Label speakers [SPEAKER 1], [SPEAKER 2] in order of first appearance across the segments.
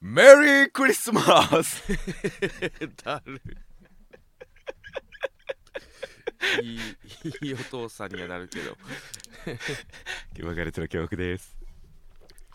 [SPEAKER 1] メリークリスマス
[SPEAKER 2] だる いいいいお父さんにはなるけど
[SPEAKER 1] 今からの教育です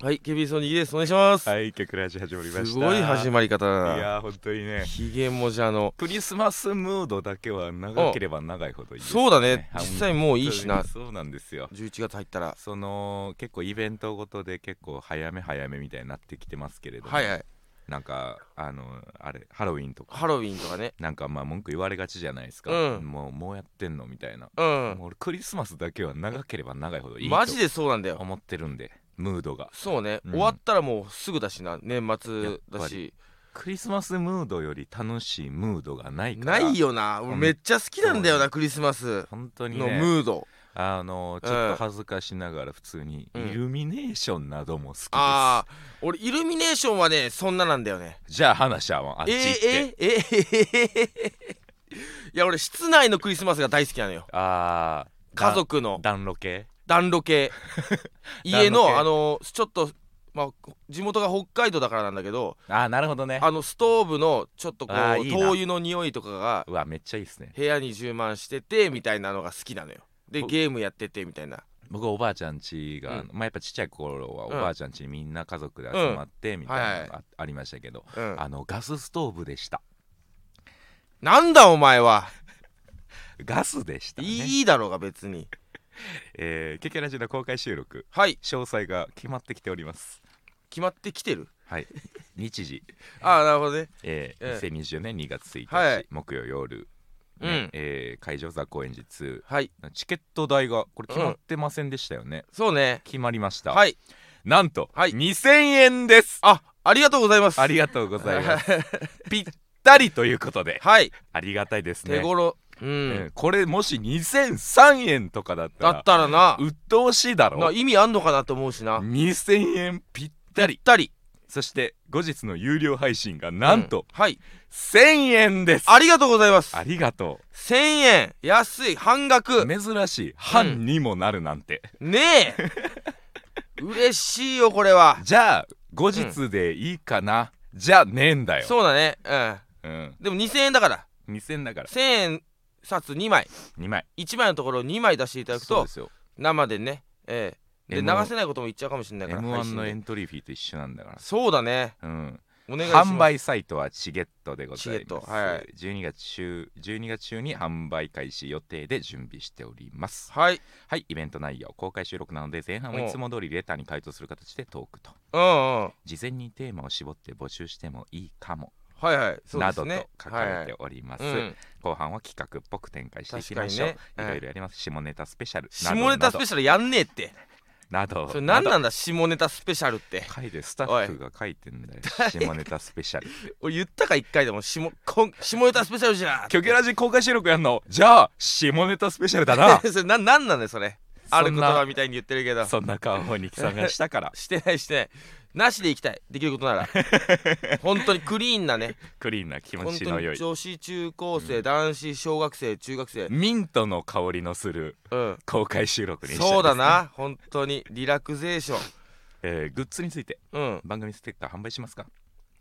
[SPEAKER 2] はいケビンソニーですお願いします、
[SPEAKER 1] はい曲ラジ始まりました
[SPEAKER 2] すごい始まり方だ
[SPEAKER 1] い
[SPEAKER 2] な
[SPEAKER 1] やー本当にね
[SPEAKER 2] ひげもじゃの
[SPEAKER 1] クリスマスムードだけは長ければ長いほどいいです
[SPEAKER 2] そうだね
[SPEAKER 1] はい
[SPEAKER 2] 実際もういいしな
[SPEAKER 1] 本当にそうなんですよ
[SPEAKER 2] 11月入ったら
[SPEAKER 1] その結構イベントごとで結構早め早めみたいになってきてますけれども、
[SPEAKER 2] はいはい
[SPEAKER 1] なんかあのあれハロウィンとか
[SPEAKER 2] ハロウィンとかね
[SPEAKER 1] なんかまあ文句言われがちじゃないですか、
[SPEAKER 2] うん
[SPEAKER 1] もうもうやってんのみたいな、
[SPEAKER 2] う
[SPEAKER 1] も
[SPEAKER 2] ん
[SPEAKER 1] う俺クリスマスだけは長ければ長いほどいいと
[SPEAKER 2] マジでそうなんだよ
[SPEAKER 1] 思ってるんでムードが
[SPEAKER 2] そうね、
[SPEAKER 1] うん
[SPEAKER 2] 終わったらもうすぐだしな年末
[SPEAKER 1] やっぱ
[SPEAKER 2] だし
[SPEAKER 1] クリスマスムードより楽しいムードがないから
[SPEAKER 2] ないよな俺めっちゃ好きなんだよなクリスマス
[SPEAKER 1] 本当に
[SPEAKER 2] の
[SPEAKER 1] ね
[SPEAKER 2] ムード
[SPEAKER 1] あのちょっと恥ずかしながら普通にイ
[SPEAKER 2] うん
[SPEAKER 1] ルミネーションなども好きです、
[SPEAKER 2] ああ俺イルミネーションはねそんななんだよね
[SPEAKER 1] じゃあ話はもうあっち行って、
[SPEAKER 2] ええええ いや俺室内のクリスマスが大好きなのよ
[SPEAKER 1] あー
[SPEAKER 2] 家族の
[SPEAKER 1] だ暖炉系
[SPEAKER 2] 暖炉 系家
[SPEAKER 1] 暖炉系
[SPEAKER 2] のあのちょっとまあ地元が北海道だからなんだけど
[SPEAKER 1] ああなるほどね
[SPEAKER 2] あのストーブのちょっとこう
[SPEAKER 1] あーいいな
[SPEAKER 2] 灯油の匂いとかが
[SPEAKER 1] うわめっちゃいいですね
[SPEAKER 2] 部屋に充満しててみたいなのが好きなのよで
[SPEAKER 1] お
[SPEAKER 2] ゲームやっててみたいな
[SPEAKER 1] 僕おばあちゃん家が、
[SPEAKER 2] うん
[SPEAKER 1] まあやっぱちっちゃい頃はお
[SPEAKER 2] うん
[SPEAKER 1] ばあちゃん家にみんな家族で集まってみたいなのがあありましたけど、
[SPEAKER 2] うん
[SPEAKER 1] あのガスストーブでした
[SPEAKER 2] なんだお前は
[SPEAKER 1] ガスでしたね
[SPEAKER 2] いいだろうが別に
[SPEAKER 1] えー、ケケラジの公開収録
[SPEAKER 2] はい
[SPEAKER 1] 詳細が決まってきております
[SPEAKER 2] 決まってきてる
[SPEAKER 1] はい日時、
[SPEAKER 2] ああなるほどね
[SPEAKER 1] えー
[SPEAKER 2] ええ
[SPEAKER 1] 2024年2月1日、
[SPEAKER 2] はい
[SPEAKER 1] 木曜夜、ね
[SPEAKER 2] うん
[SPEAKER 1] えー会場座高円寺2
[SPEAKER 2] はい
[SPEAKER 1] チケット代がこれ決まってませんでしたよね、
[SPEAKER 2] そうね
[SPEAKER 1] 決まりました、
[SPEAKER 2] はい
[SPEAKER 1] なんと、
[SPEAKER 2] はい
[SPEAKER 1] 2000円です
[SPEAKER 2] あありがとうございます
[SPEAKER 1] ありがとうございますぴったりということで
[SPEAKER 2] はい
[SPEAKER 1] ありがたいです
[SPEAKER 2] 手
[SPEAKER 1] ね、
[SPEAKER 2] 頃、う、
[SPEAKER 1] うんんこれもし2003円とかだった
[SPEAKER 2] だ
[SPEAKER 1] ら
[SPEAKER 2] ったらな
[SPEAKER 1] 鬱陶しいだ
[SPEAKER 2] な
[SPEAKER 1] ろ
[SPEAKER 2] 意味あんのかなと思うしな
[SPEAKER 1] 2000円ぴったり
[SPEAKER 2] ぴったり
[SPEAKER 1] そして後日の有料配信がなん
[SPEAKER 2] う
[SPEAKER 1] と
[SPEAKER 2] はい
[SPEAKER 1] 1000円です、
[SPEAKER 2] ありがとうございます
[SPEAKER 1] ありがと
[SPEAKER 2] 1000円安い半額
[SPEAKER 1] う珍しい半にもなるなんて、
[SPEAKER 2] ね え嬉しいよこれは
[SPEAKER 1] じゃあ後日でいいかな、じゃねえんだよ
[SPEAKER 2] そうだねうん
[SPEAKER 1] うん、
[SPEAKER 2] でも2000円だから
[SPEAKER 1] 2000円だから
[SPEAKER 2] 1000円札2枚
[SPEAKER 1] 2枚
[SPEAKER 2] 1枚のところを2枚出していただく
[SPEAKER 1] そう
[SPEAKER 2] と
[SPEAKER 1] ですよ
[SPEAKER 2] 生でねええで
[SPEAKER 1] M1
[SPEAKER 2] 流せないことも言っちゃうかもしれないから
[SPEAKER 1] m
[SPEAKER 2] 配
[SPEAKER 1] 1
[SPEAKER 2] 信
[SPEAKER 1] の
[SPEAKER 2] で
[SPEAKER 1] エントリーフィーと一緒なんだから
[SPEAKER 2] そうだね
[SPEAKER 1] うん、
[SPEAKER 2] お願いします
[SPEAKER 1] 販売サイトはチゲットでござい
[SPEAKER 2] チゲッ
[SPEAKER 1] ま
[SPEAKER 2] ト
[SPEAKER 1] す、
[SPEAKER 2] はい
[SPEAKER 1] 12月中12月中に販売開始予定で準備しております
[SPEAKER 2] はい
[SPEAKER 1] はいイベント内容公開収録なので前半はいつも通りレターに回答する形でトークと
[SPEAKER 2] うんうん
[SPEAKER 1] 事前にテーマを絞って募集してもいいかも、
[SPEAKER 2] はいはいそうで
[SPEAKER 1] な
[SPEAKER 2] す
[SPEAKER 1] どと
[SPEAKER 2] ね
[SPEAKER 1] 書かれております、
[SPEAKER 2] はいはいうん
[SPEAKER 1] 後半は企画っぽく展開していきましょう、
[SPEAKER 2] 確か
[SPEAKER 1] い
[SPEAKER 2] にね
[SPEAKER 1] ろいろやります下ネタスペシャルなど
[SPEAKER 2] 下ネタスペシャルやんねえって
[SPEAKER 1] などなど
[SPEAKER 2] それ何な
[SPEAKER 1] ど
[SPEAKER 2] んだ下ネタスペシャルって
[SPEAKER 1] 書いてスタッフが書いてんだよ下ネタスペ シャルって
[SPEAKER 2] 俺言ったか一回でも下こん下ネタスペシャルじゃん
[SPEAKER 1] キョケラジ公開収録やんのじゃあ下ネタスペシャルだな
[SPEAKER 2] それななんなんだよそれ
[SPEAKER 1] そんな
[SPEAKER 2] ある言葉みたいに言ってるけ ど
[SPEAKER 1] そんな顔をニキさんがしたから
[SPEAKER 2] してないしてないなしでいきたいできることなら本当にクリーンなね
[SPEAKER 1] クリーンな気持
[SPEAKER 2] 本
[SPEAKER 1] ち
[SPEAKER 2] 当
[SPEAKER 1] の良
[SPEAKER 2] に
[SPEAKER 1] い
[SPEAKER 2] 女子中高生、男子小学生中学生
[SPEAKER 1] ミントの香りのする
[SPEAKER 2] うん
[SPEAKER 1] 公開収録にしたいです
[SPEAKER 2] そうだ、な本当にリラクゼーション
[SPEAKER 1] えーグッズについて
[SPEAKER 2] うん
[SPEAKER 1] 番組ステッカー販売しますか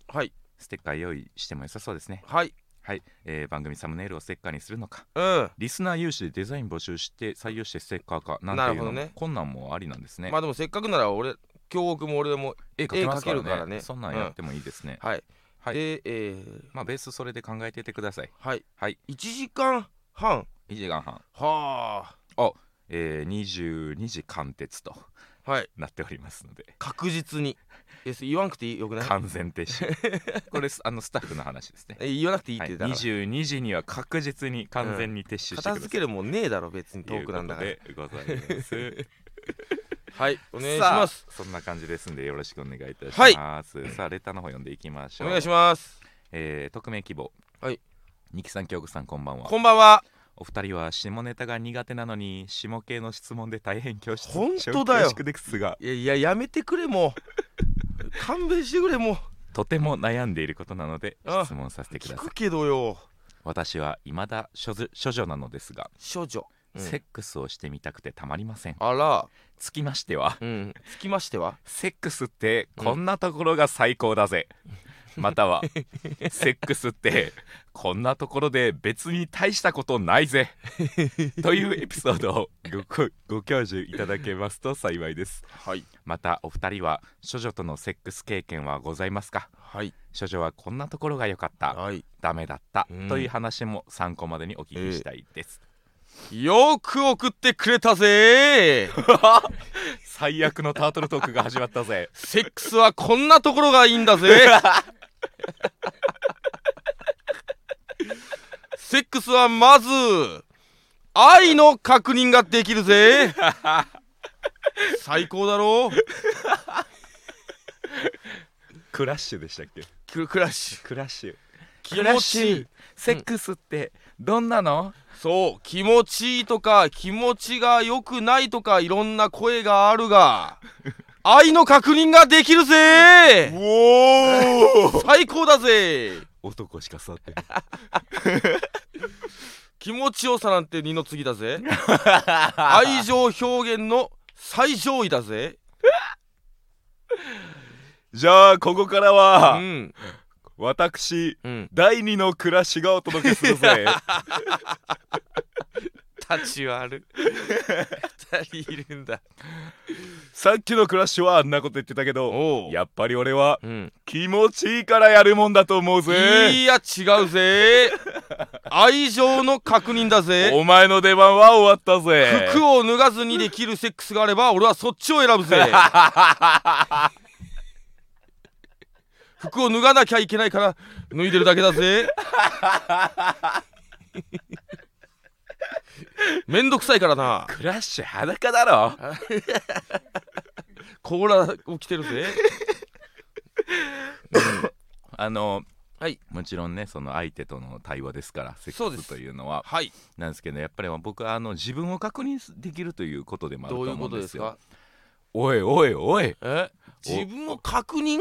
[SPEAKER 2] はい
[SPEAKER 1] ステッカー用意しても良さそうですね
[SPEAKER 2] はい
[SPEAKER 1] はい、えー番組サムネイルをステッカーにするのか
[SPEAKER 2] うん
[SPEAKER 1] リスナー有志でデザイン募集して採用してステッカーかなん
[SPEAKER 2] な
[SPEAKER 1] て
[SPEAKER 2] る
[SPEAKER 1] いう
[SPEAKER 2] ほ
[SPEAKER 1] の
[SPEAKER 2] ど
[SPEAKER 1] も、
[SPEAKER 2] ね
[SPEAKER 1] こんなんもありなんですね、
[SPEAKER 2] まあでもせっかくなら俺京極も俺も
[SPEAKER 1] 絵描けますからね
[SPEAKER 2] 絵描けるからね
[SPEAKER 1] そんなんやってもいいですね、
[SPEAKER 2] はい、
[SPEAKER 1] はい
[SPEAKER 2] でえー、
[SPEAKER 1] まあベースそれで考えていてください
[SPEAKER 2] はい
[SPEAKER 1] はい
[SPEAKER 2] 1時間半
[SPEAKER 1] 1時間半、
[SPEAKER 2] は
[SPEAKER 1] えー、22時間鉄と
[SPEAKER 2] あはい
[SPEAKER 1] なっておりますので
[SPEAKER 2] 確実にいやそれ言わなくていいよくない
[SPEAKER 1] 完全停止 これあのスタッフの話ですね
[SPEAKER 2] え言わなくていいっ
[SPEAKER 1] はい、
[SPEAKER 2] てだから、
[SPEAKER 1] 22時には確実に完全に撤収してくだ
[SPEAKER 2] 片
[SPEAKER 1] さい、
[SPEAKER 2] 付けるもんねえだろ別にトークなんだから
[SPEAKER 1] ということでございます
[SPEAKER 2] はい お願いします
[SPEAKER 1] さあそんな感じですんでよろしくお願いいたします、
[SPEAKER 2] はい
[SPEAKER 1] さあレターの方読んでいきまし
[SPEAKER 2] お
[SPEAKER 1] ょう
[SPEAKER 2] 願いし
[SPEAKER 1] ま
[SPEAKER 2] ます
[SPEAKER 1] す、えー、匿名希望
[SPEAKER 2] はい
[SPEAKER 1] ニキさん京子さんこんばんは
[SPEAKER 2] こんばんは
[SPEAKER 1] お二人は下ネタが苦手なのに下系の質問で大変恐縮
[SPEAKER 2] ほんとだよ
[SPEAKER 1] 恐縮ですが
[SPEAKER 2] いやいややめてくれもう勘弁してくれもう
[SPEAKER 1] とても悩んでいることなので
[SPEAKER 2] あ
[SPEAKER 1] 質問させてく
[SPEAKER 2] 聞
[SPEAKER 1] ださい
[SPEAKER 2] くけどよ
[SPEAKER 1] 私は未だ処女処女なのですが、
[SPEAKER 2] 少女、うん
[SPEAKER 1] セックスをしてみたくてたまりません
[SPEAKER 2] あら
[SPEAKER 1] つきましては
[SPEAKER 2] うんつきましては
[SPEAKER 1] セックスってこんなところが最高だぜ、また はセックスってこんなところで別に大したことないぜというエピソードをごご教授いただけますと幸いです
[SPEAKER 2] はい
[SPEAKER 1] またお二人は処女とのセックス経験はございますか
[SPEAKER 2] はい
[SPEAKER 1] 処女はこんなところが良かった
[SPEAKER 2] はい
[SPEAKER 1] ダメだった
[SPEAKER 2] うん
[SPEAKER 1] という話も参考までにお聞きしたいです、
[SPEAKER 2] よく送ってくれたぜ
[SPEAKER 1] 最悪のタートルトークが始まったぜ
[SPEAKER 2] セックスはこんなところがいいんだ ぜセックスはまず愛の確認ができるぜ最高だろ
[SPEAKER 1] クラッシュでしたっけ
[SPEAKER 2] ククラッシュ
[SPEAKER 1] クラッシュ
[SPEAKER 2] 気持ちいい
[SPEAKER 1] セックスってどんなの、
[SPEAKER 2] そう気持ちいいとか気持ちが良くないとかいろんな声がある が愛の確認ができるぜ
[SPEAKER 1] お
[SPEAKER 2] 最高だぜ
[SPEAKER 1] 男しか座ってない
[SPEAKER 2] 気持ちよさなんて二の次 だぜ愛情表現の最上位だぜ
[SPEAKER 1] じゃあここから
[SPEAKER 2] う
[SPEAKER 1] は
[SPEAKER 2] ん
[SPEAKER 1] 私
[SPEAKER 2] うん
[SPEAKER 1] 第二のクラッシュがお届けするぜ
[SPEAKER 2] 立ち悪い二人いるんだ
[SPEAKER 1] さっきのクラッシュはあんなこと言ってたけど
[SPEAKER 2] おう
[SPEAKER 1] やっぱり俺は
[SPEAKER 2] うん、
[SPEAKER 1] 気持ちいいからやるもんだと思うぜ
[SPEAKER 2] いや違 うぜ愛情の確認だぜ
[SPEAKER 1] お前の出番は終わったぜ
[SPEAKER 2] 服を脱がずにできるセックスがあれば俺はそっちを選 ぶぜ服を脱がなきゃいけないから脱いでるだけ だぜめんどくさいからな
[SPEAKER 1] クラッシュ裸だろ
[SPEAKER 2] 甲羅を着てるぜ
[SPEAKER 1] あの
[SPEAKER 2] はい
[SPEAKER 1] もちろんねその相手との対話ですからセ
[SPEAKER 2] そう
[SPEAKER 1] ッ
[SPEAKER 2] で
[SPEAKER 1] ク
[SPEAKER 2] す
[SPEAKER 1] スというのは
[SPEAKER 2] はい
[SPEAKER 1] なんですけどやっぱり僕はあの自分を確認できるということでもあると
[SPEAKER 2] どういう
[SPEAKER 1] 思う
[SPEAKER 2] こ
[SPEAKER 1] ん
[SPEAKER 2] と
[SPEAKER 1] で
[SPEAKER 2] ですす
[SPEAKER 1] よ
[SPEAKER 2] か
[SPEAKER 1] おいおいおい
[SPEAKER 2] え
[SPEAKER 1] お
[SPEAKER 2] 自分を確認 い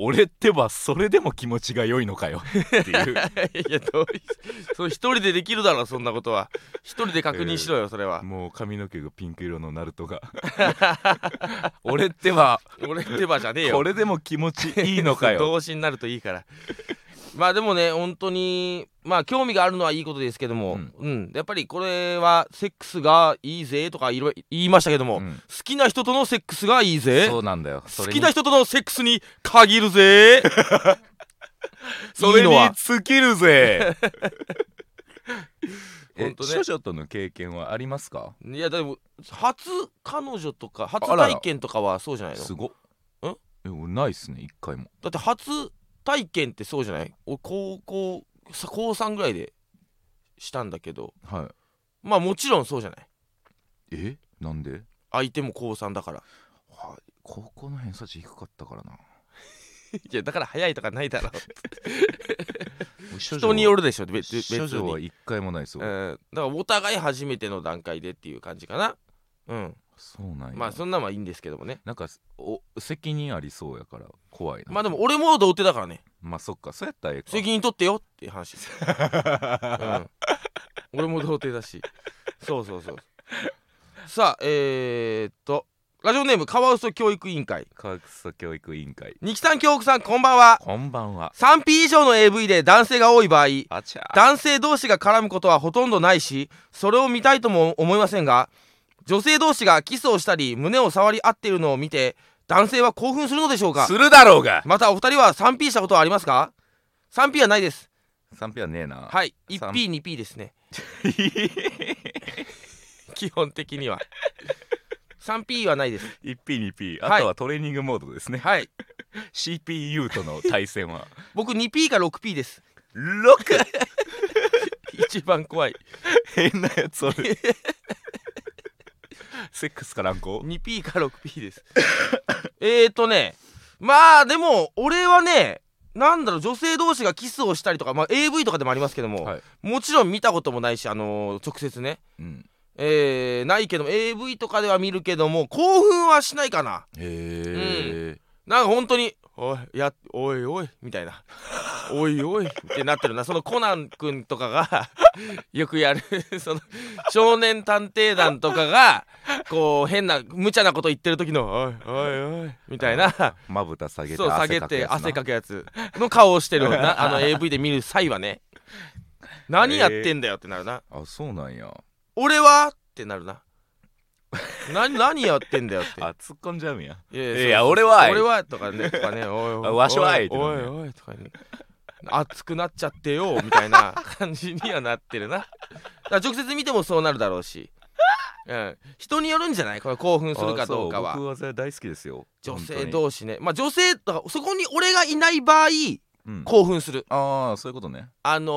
[SPEAKER 1] 俺ってばそれでも気持ちが良いのかよっていう
[SPEAKER 2] やどういう それ一人でできるだろそんなことは一人で確認しろよそれは、
[SPEAKER 1] もう髪の毛がピンク色のナルト が俺ってば
[SPEAKER 2] 俺手羽じゃねえ よ
[SPEAKER 1] これでも気持ちいいの かよ
[SPEAKER 2] 動詞になるといいからまあでもね本当にまあ興味があるのはいいことですけども、う
[SPEAKER 1] うんん
[SPEAKER 2] やっぱりこれはセックスがいいぜとかいろいろ言いましたけど
[SPEAKER 1] う
[SPEAKER 2] も、好
[SPEAKER 1] ん
[SPEAKER 2] きな人とのセックスがいいぜ
[SPEAKER 1] そうなんだよそ
[SPEAKER 2] 好
[SPEAKER 1] れ
[SPEAKER 2] き
[SPEAKER 1] に
[SPEAKER 2] な人とのセックスに限る ぜ
[SPEAKER 1] それ
[SPEAKER 2] いいの
[SPEAKER 1] に
[SPEAKER 2] は
[SPEAKER 1] 尽きる ぜ
[SPEAKER 2] ほ
[SPEAKER 1] え
[SPEAKER 2] んとね
[SPEAKER 1] 処女との経験はありますか
[SPEAKER 2] いやでも初彼女とか初
[SPEAKER 1] あらら
[SPEAKER 2] 体験とかはそうじゃないの
[SPEAKER 1] すごっ
[SPEAKER 2] ん
[SPEAKER 1] え俺ないっすね一回も
[SPEAKER 2] だって初体験ってそうじゃない俺高校さ高3ぐらいでしたんだけど
[SPEAKER 1] は
[SPEAKER 2] まあもちろんそうじゃない
[SPEAKER 1] いえなんで
[SPEAKER 2] 相手も高3だから
[SPEAKER 1] はい高校の偏差値低かったからない
[SPEAKER 2] やだから 早いとかないだろ
[SPEAKER 1] 人
[SPEAKER 2] 人によ
[SPEAKER 1] る
[SPEAKER 2] るでしょ別別
[SPEAKER 1] 処
[SPEAKER 2] に
[SPEAKER 1] 女は一回もないです
[SPEAKER 2] う
[SPEAKER 1] よ、
[SPEAKER 2] ん、だからお互い初めての段階でっていう感じかなうん
[SPEAKER 1] そうなんや
[SPEAKER 2] まあそんなんはいいんですけどもね
[SPEAKER 1] なんかお責任ありそうやから怖いな
[SPEAKER 2] まあでも俺も童貞だからね
[SPEAKER 1] まあそっかそうやったらええか
[SPEAKER 2] 責任取ってよっていう話です、うん、俺も童貞だしそうそうそうさあえー、っとラジオネームカワウソ教育委員会
[SPEAKER 1] 科学素教育委員会
[SPEAKER 2] 二木さん京子さんこんばんは
[SPEAKER 1] こんばんは
[SPEAKER 2] 3P 以上の AV で男性が多い場合
[SPEAKER 1] あちゃー
[SPEAKER 2] 男性同士が絡むことはほとんどないしそれを見たいとも思いませんが女性同士がキスをしたり胸を触り合っているのを見て男性は興奮するのでしょうか
[SPEAKER 1] するだろうが
[SPEAKER 2] またお二人は 3P したことはありますか 3P はないです
[SPEAKER 1] 賛否はねえな
[SPEAKER 2] はい
[SPEAKER 1] 3P
[SPEAKER 2] 1P2P ですね 基本的には 3P はないです
[SPEAKER 1] 1P2P
[SPEAKER 2] はい
[SPEAKER 1] あとはトレーニングモードですね、
[SPEAKER 2] はい
[SPEAKER 1] CPU との対戦 は
[SPEAKER 2] 僕 2P か 6P です
[SPEAKER 1] 6!
[SPEAKER 2] 一番怖い
[SPEAKER 1] 変なやつ おるセックスか乱行
[SPEAKER 2] 2P か 6P ですえーとねまあでも俺はねなんだろう女性同士がキスをしたりとか、まあ、AV とかでもありますけども、
[SPEAKER 1] はい
[SPEAKER 2] もちろん見たこともないしあのー直接ね
[SPEAKER 1] うん
[SPEAKER 2] えー、ないけども AV とかでは見るけども興奮はしないかな
[SPEAKER 1] へえ、
[SPEAKER 2] なんか本当に「おいやおいおいみたいな おいおいってなってるなそのコナン君とかが よくやる その少年探偵団とかがこう変な無茶なこと言ってる時のおいおいおいみたいな
[SPEAKER 1] まぶた下げて
[SPEAKER 2] そう下げ
[SPEAKER 1] く
[SPEAKER 2] て
[SPEAKER 1] やつな
[SPEAKER 2] 汗かくやつの顔を してるなあの AV で見る際はね何やってんだよってなるな
[SPEAKER 1] あそうなんや
[SPEAKER 2] 俺はってなるな何 何やってんだよって
[SPEAKER 1] あ突っ込んじゃうんや
[SPEAKER 2] いや
[SPEAKER 1] いや
[SPEAKER 2] そう
[SPEAKER 1] 俺
[SPEAKER 2] そうそう
[SPEAKER 1] は
[SPEAKER 2] 俺はとかねとかねおいおい
[SPEAKER 1] あわしは
[SPEAKER 2] おい
[SPEAKER 1] ってな
[SPEAKER 2] お
[SPEAKER 1] る
[SPEAKER 2] い
[SPEAKER 1] ね
[SPEAKER 2] おいとかね熱くなっちゃってよみたいな感じにはなってるなだから直接見てもそうなるだろうし、うん、人によるんじゃないこれ興奮するかどうか
[SPEAKER 1] あそ
[SPEAKER 2] は
[SPEAKER 1] 僕はそれ大好きですよ
[SPEAKER 2] 女
[SPEAKER 1] 本当
[SPEAKER 2] 性
[SPEAKER 1] に
[SPEAKER 2] 同士ねまあ女性とかそこに俺がいない場合
[SPEAKER 1] うん
[SPEAKER 2] 興奮する
[SPEAKER 1] ああそういうことね
[SPEAKER 2] あの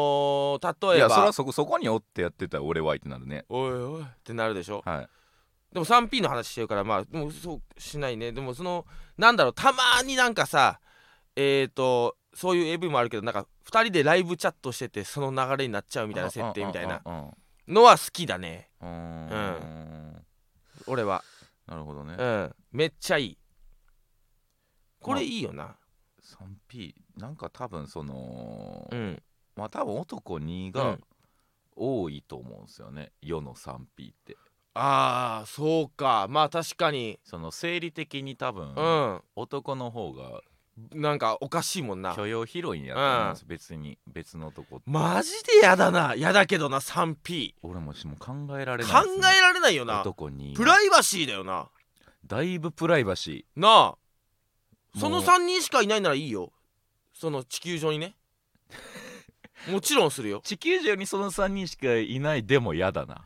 [SPEAKER 2] ー、
[SPEAKER 1] い
[SPEAKER 2] 例え
[SPEAKER 1] やそれ
[SPEAKER 2] ば
[SPEAKER 1] はそこそこにおってやってたら俺はってなるね
[SPEAKER 2] おいおいってなるでしょ
[SPEAKER 1] はい
[SPEAKER 2] でも 3P の話してるからまあでもそうしないねでもそのなんだろうたまになんかさえっ、ー、とそういう AV もあるけどなんか2人でライブチャットしててその流れになっちゃうみたいな設定みたいな
[SPEAKER 1] うんうん
[SPEAKER 2] のは好きだね
[SPEAKER 1] うんうん
[SPEAKER 2] 俺は
[SPEAKER 1] なるほどね
[SPEAKER 2] うんめっちゃいいこれいいよな
[SPEAKER 1] 3P なんか多分その
[SPEAKER 2] うん
[SPEAKER 1] まあ多分男2
[SPEAKER 2] う
[SPEAKER 1] が
[SPEAKER 2] ん
[SPEAKER 1] 多いと思うんですよね世の 3P って
[SPEAKER 2] あーそうかまあ確かに
[SPEAKER 1] その生理的に多分
[SPEAKER 2] うん
[SPEAKER 1] 男の方が
[SPEAKER 2] なんかおかしいもんな
[SPEAKER 1] 許容広いんやと思うんです別に別のとこって
[SPEAKER 2] マジでやだなやだけどな 3P
[SPEAKER 1] 俺もしもう考えられ
[SPEAKER 2] 考
[SPEAKER 1] ないですね
[SPEAKER 2] えられないよな
[SPEAKER 1] 男に
[SPEAKER 2] プライバシーだよな
[SPEAKER 1] だいぶプライバシ
[SPEAKER 2] なあ
[SPEAKER 1] もう
[SPEAKER 2] その3人しかいないならいいよその地球上に ねもちろんするよ
[SPEAKER 1] ー地球上にその3人しかいないでも嫌だな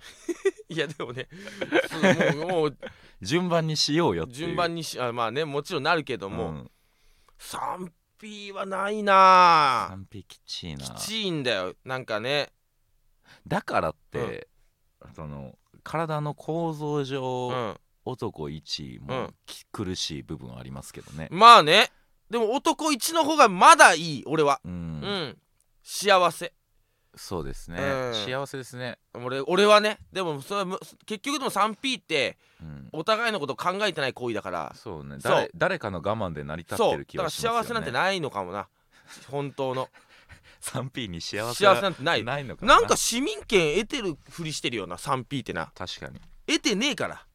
[SPEAKER 1] い
[SPEAKER 2] やでもねそうもうもう
[SPEAKER 1] 順番にしようよっていう
[SPEAKER 2] 順番に しあまあねもちろんなるけども、
[SPEAKER 1] ん、
[SPEAKER 2] 3P はないなあ
[SPEAKER 1] 3P きちいな
[SPEAKER 2] きちいんだよなんかね
[SPEAKER 1] だからって、その体の構造
[SPEAKER 2] う
[SPEAKER 1] 上、
[SPEAKER 2] ん
[SPEAKER 1] 男1位
[SPEAKER 2] う
[SPEAKER 1] も
[SPEAKER 2] ん
[SPEAKER 1] き、苦しい部分ありますけどね
[SPEAKER 2] まあねでも男1の方がまだいい俺は
[SPEAKER 1] うん、
[SPEAKER 2] うん、幸せ
[SPEAKER 1] そうですね、
[SPEAKER 2] うん
[SPEAKER 1] 幸せですね、
[SPEAKER 2] 俺俺はねでもそれはむ結局でも 3P って
[SPEAKER 1] うん、
[SPEAKER 2] お互いのこと考えてない行為だから
[SPEAKER 1] そうね
[SPEAKER 2] そう
[SPEAKER 1] 誰誰かの我慢で成り立っ
[SPEAKER 2] そ
[SPEAKER 1] て
[SPEAKER 2] う
[SPEAKER 1] る気
[SPEAKER 2] だか
[SPEAKER 1] は
[SPEAKER 2] ら
[SPEAKER 1] しますよね
[SPEAKER 2] 幸せなんてないのかもな本当の
[SPEAKER 1] 3P に幸
[SPEAKER 2] 幸
[SPEAKER 1] せ
[SPEAKER 2] せ
[SPEAKER 1] は
[SPEAKER 2] なんてない
[SPEAKER 1] ないのか
[SPEAKER 2] なんか市民権得てるふりしてるよな 3P ってな
[SPEAKER 1] 確かに
[SPEAKER 2] 得てねえから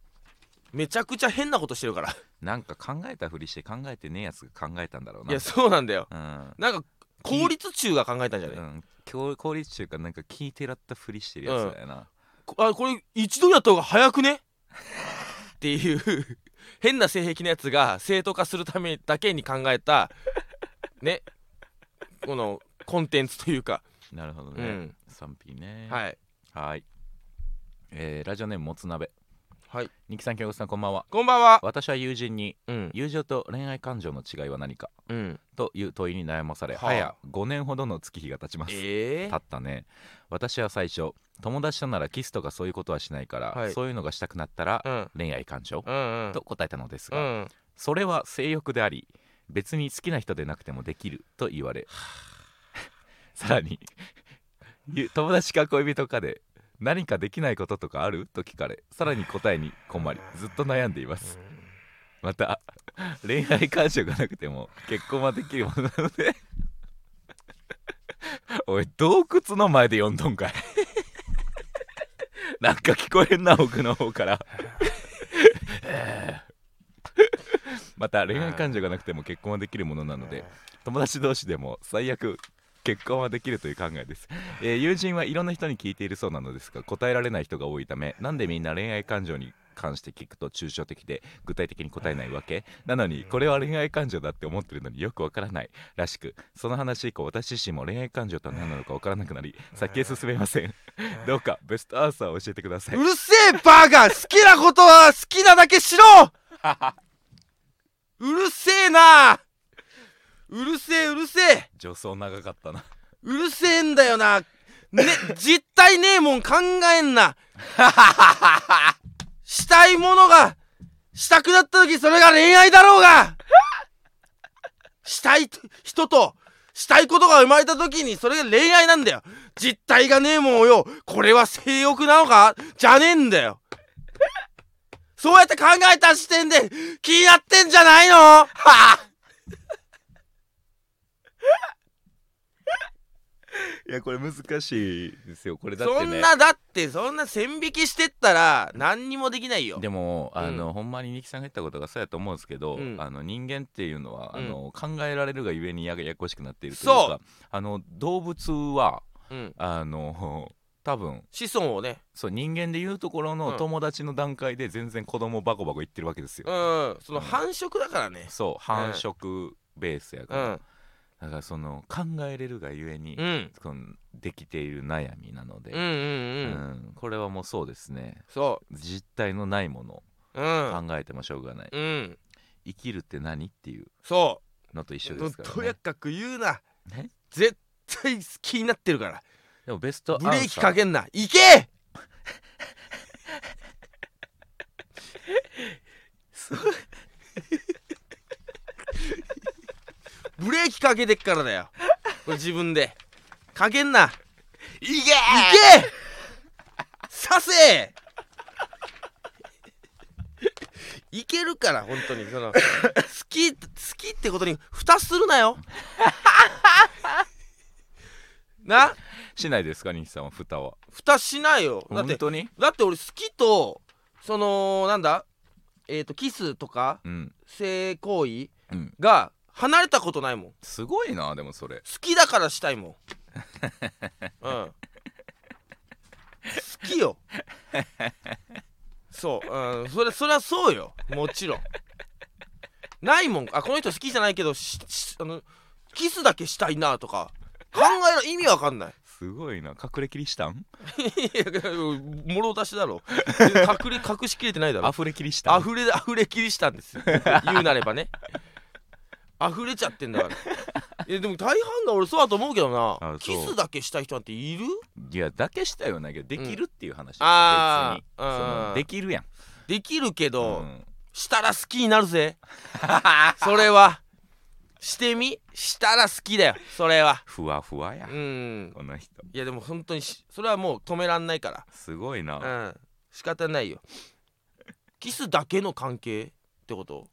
[SPEAKER 2] めちゃくちゃ変なことしてるから
[SPEAKER 1] なんか考えたふりして考えてねえやつが考えたんだろうない
[SPEAKER 2] やそうなんだよ
[SPEAKER 1] うん
[SPEAKER 2] なんか公立中が考えたんじゃない、
[SPEAKER 1] うん、教効率中かなんか聞いてらったふりしてるやつだよな、
[SPEAKER 2] こあこれ一度やった方が早くねっていう変な性癖のやつが正当化するためだけに考えたねこのコンテンツというか、
[SPEAKER 1] なるほど
[SPEAKER 2] う
[SPEAKER 1] ね、
[SPEAKER 2] ん、
[SPEAKER 1] 3P ね
[SPEAKER 2] はい
[SPEAKER 1] はいえーラジオネームもつ鍋
[SPEAKER 2] はい
[SPEAKER 1] ニキさん京子さんこんばんは
[SPEAKER 2] こんばんは
[SPEAKER 1] 私は友人に
[SPEAKER 2] うん
[SPEAKER 1] 友情と恋愛感情の違いは何か
[SPEAKER 2] うん
[SPEAKER 1] という問いに悩まされ、
[SPEAKER 2] はあ
[SPEAKER 1] 早5年ほどの月日が経ちます、
[SPEAKER 2] ええ
[SPEAKER 1] 経ったね私は最初友達とならキスとかそういうことはしないから、
[SPEAKER 2] はい
[SPEAKER 1] そういうのがしたくなったら、
[SPEAKER 2] うん
[SPEAKER 1] 恋愛感情、
[SPEAKER 2] うんうん
[SPEAKER 1] と答えたのです
[SPEAKER 2] う
[SPEAKER 1] が、
[SPEAKER 2] ん
[SPEAKER 1] それは性欲であり別に好きな人でなくてもできると言われ さらにゆ友達か恋人かで何かできないこととかあると聞かれさらに答えに困りずっと悩んでいますまた恋愛感情がなくても結婚はできるものなので おい洞窟の前で読んどんかい なんか聞こえんな奥の方から また恋愛感情がなくても結婚はできるものなので友達同士でも最悪結婚はできるという考えです、えー友人はいろんな人に聞いているそうなのですが答えられない人が多いためなんでみんな恋愛感情に関して聞くと抽象的で具体的に答えないわけなのにこれは恋愛感情だって思ってるのによくわからないらしくその話以降私自身も恋愛感情とは何なのかわからなくなり先へ進めませんどうかベストアンサーを教えてくださいう
[SPEAKER 2] るせえバーガー好きなことは好きなだけしろ うるせえなうるせえうるせえ
[SPEAKER 1] 女装長かったな
[SPEAKER 2] うるせえんだよな、ね、実体ねえもん考えんなしたいものがしたくなった時それが恋愛だろうがしたいと人としたいことが生まれた時にそれが恋愛なんだよ実体がねえもんをよこれは性欲なのかじゃねえんだよそうやって考えた視点で気になってんじゃないのはあ
[SPEAKER 1] いやこれ難しいですよこれだってね
[SPEAKER 2] そんなだってそんな線引きしてったら何にもできないよ
[SPEAKER 1] でも
[SPEAKER 2] うん
[SPEAKER 1] あの、ほんまに二木さんが言ったことがそうやと思うんですけど、
[SPEAKER 2] うん
[SPEAKER 1] あの人間っていうのは、
[SPEAKER 2] うん
[SPEAKER 1] あの考えられるがゆえにやややこしくなっているという
[SPEAKER 2] そう
[SPEAKER 1] かあの動物は
[SPEAKER 2] うん
[SPEAKER 1] あの 多分
[SPEAKER 2] 子孫をね
[SPEAKER 1] そう人間でいうところ
[SPEAKER 2] うん
[SPEAKER 1] の友達の段階で全然子供バコバコ言ってるわけですよ、
[SPEAKER 2] うんその繁殖だからね
[SPEAKER 1] そう繁殖ベースやか
[SPEAKER 2] う
[SPEAKER 1] ら、
[SPEAKER 2] ん
[SPEAKER 1] だからその考えれるがゆえに、
[SPEAKER 2] うん
[SPEAKER 1] そのできている悩みなの
[SPEAKER 2] うんうん
[SPEAKER 1] で、
[SPEAKER 2] う
[SPEAKER 1] うんんこれはもうそうですね
[SPEAKER 2] そ
[SPEAKER 1] 実体のないもの
[SPEAKER 2] ううん
[SPEAKER 1] 考えてもしょうがない、
[SPEAKER 2] うん
[SPEAKER 1] 生きるって何っていう
[SPEAKER 2] そ
[SPEAKER 1] のと一緒
[SPEAKER 2] う
[SPEAKER 1] ですから、
[SPEAKER 2] とや
[SPEAKER 1] ね、
[SPEAKER 2] かく言うな
[SPEAKER 1] ね
[SPEAKER 2] 絶対好きになってるから
[SPEAKER 1] でもベスト
[SPEAKER 2] ブレーキか
[SPEAKER 1] アン
[SPEAKER 2] けんな行け
[SPEAKER 1] サー
[SPEAKER 2] ブレーキかけてっからだよこれ自分でかけんない
[SPEAKER 1] けいけ
[SPEAKER 2] 行けさせいけるから本当にその好き好きってことに蓋するなよな
[SPEAKER 1] しないですか西さんは蓋は
[SPEAKER 2] 蓋しないよだっ
[SPEAKER 1] 本
[SPEAKER 2] て
[SPEAKER 1] 当に
[SPEAKER 2] だって俺好きとそのなんだえっ、とキスとか
[SPEAKER 1] うん
[SPEAKER 2] 性行為
[SPEAKER 1] うん
[SPEAKER 2] が離れたことないもん好
[SPEAKER 1] すごいなでもそれ
[SPEAKER 2] きだからしたいもんうん好きよそううんそれそれはそうよもちろんないもんあこの人好きじゃないけどししあのキスだけしたいなとか考えろ意味わかんない
[SPEAKER 1] すごいな隠れキリシタン
[SPEAKER 2] いや もろ出しだろ隠れ隠しきれてないだろ
[SPEAKER 1] 溢れキリシタン
[SPEAKER 2] 溢れ溢れ切りしたんで すよ言うなればね溢れちゃってんだからえでも大半が俺そうだと思うけどな
[SPEAKER 1] あそ
[SPEAKER 2] キ
[SPEAKER 1] う
[SPEAKER 2] スだけしたい人なんている
[SPEAKER 1] いやだけしたよないけどできるっていう話ですよ、
[SPEAKER 2] あ
[SPEAKER 1] 別に
[SPEAKER 2] ー
[SPEAKER 1] そ
[SPEAKER 2] うん
[SPEAKER 1] のできるやん、
[SPEAKER 2] できるけ
[SPEAKER 1] う
[SPEAKER 2] ど、
[SPEAKER 1] ん、
[SPEAKER 2] したら好きにな るぜそれはしてみしたら好きだよそれは
[SPEAKER 1] ふわふわや、
[SPEAKER 2] うん
[SPEAKER 1] この人
[SPEAKER 2] いやでも本当にしそれはもう止めらんないか
[SPEAKER 1] すごいな、
[SPEAKER 2] らうん仕方ないよ キスだけの関係ってこと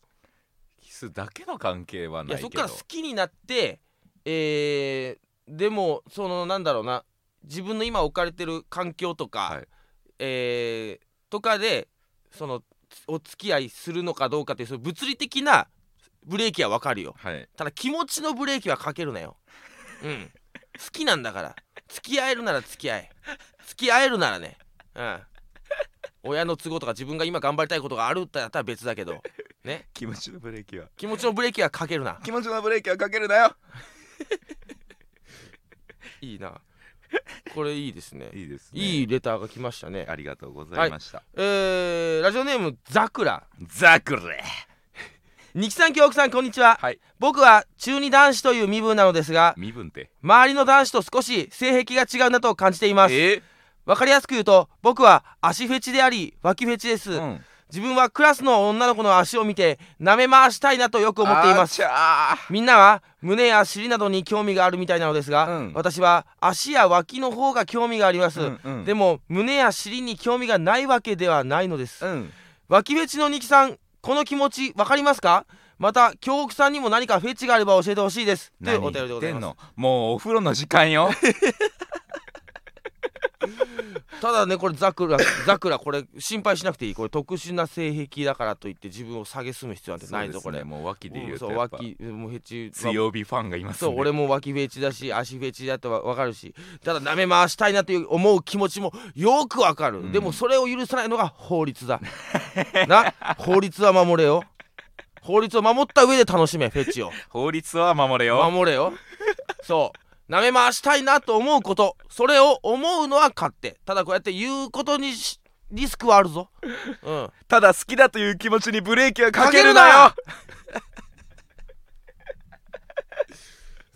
[SPEAKER 1] キスだけの関係はないい
[SPEAKER 2] や
[SPEAKER 1] けど
[SPEAKER 2] そっから好きになってえーでもそのなんだろうな自分の今置かれてる環境とか、
[SPEAKER 1] はい
[SPEAKER 2] えーとかでそのお付き合いするのかどうかっていうその物理的なブレーキはわかるよ
[SPEAKER 1] はい
[SPEAKER 2] ただ気持ちのブレーキはかけるなようん好きなんだから付き合えるなら付き合え付き合えるならねうん親の都合とか自分が今頑張りたいことがあるってなったら別だけどね
[SPEAKER 1] 気持ちのブレーキは
[SPEAKER 2] 気持ちのブレーキはかけるな
[SPEAKER 1] 気持ちのブレーキはかけるなよ
[SPEAKER 2] いいな。これいいですね。
[SPEAKER 1] いいですね
[SPEAKER 2] いいレターが来ましたね。
[SPEAKER 1] ありがとうございました、
[SPEAKER 2] えー、ラジオネームザクラ。
[SPEAKER 1] ザクレ
[SPEAKER 2] ニキさん、京極さん、こんにちは。
[SPEAKER 1] はい
[SPEAKER 2] 僕は中二男子という身分なのですが、
[SPEAKER 1] 身分って
[SPEAKER 2] 周りの男子と少し性癖が違うなと感じています。
[SPEAKER 1] え
[SPEAKER 2] わかりやすく言うと、僕は足フェチであり、脇フェチです。
[SPEAKER 1] うん
[SPEAKER 2] 自分はクラスの女の子の足を見て、舐め回したいなとよく思っています。
[SPEAKER 1] あーちゃ
[SPEAKER 2] みんなは胸や尻などに興味があるみたいなのですが、
[SPEAKER 1] うん
[SPEAKER 2] 私は足や脇の方が興味があります、
[SPEAKER 1] うんうん
[SPEAKER 2] でも胸や尻に興味がないわけではないのです、
[SPEAKER 1] ーうん
[SPEAKER 2] 脇フェチのニキさんこの気持ちわかりますかまた京極さんにも何かフェチがあれば教えてほしいですというお
[SPEAKER 1] 何
[SPEAKER 2] 便り
[SPEAKER 1] 言
[SPEAKER 2] でご
[SPEAKER 1] っ
[SPEAKER 2] ざい
[SPEAKER 1] てん
[SPEAKER 2] ま
[SPEAKER 1] のもうお風呂の時間よ
[SPEAKER 2] すただねこれザクラ ザクラこれ心配しなくていいこれ特殊な性癖だからといって自分を下げすむ 必要なんてないぞ、
[SPEAKER 1] そ
[SPEAKER 2] こ
[SPEAKER 1] うですね
[SPEAKER 2] れ
[SPEAKER 1] もう脇で言うと
[SPEAKER 2] うんそう
[SPEAKER 1] やっぱ
[SPEAKER 2] 脇もうフェチ
[SPEAKER 1] 強火ファンがいます
[SPEAKER 2] そ
[SPEAKER 1] ん
[SPEAKER 2] う
[SPEAKER 1] で
[SPEAKER 2] 俺も脇フェチだし足フェチだとは分かるしただ舐め回したいなという思う気持ちもよく分かる、
[SPEAKER 1] うん
[SPEAKER 2] でもそれを許さないのが法律だ な法律は守れよ法律を守った上で楽しめフェチを
[SPEAKER 1] 法律は守れよ
[SPEAKER 2] 守れよ そう舐め回したいなと思うことそれを思うのは勝手ただこうやって言うことにしリスクはあるぞ、うん、
[SPEAKER 1] ただ好きだという気持ちにブレーキは かける
[SPEAKER 2] か
[SPEAKER 1] なよ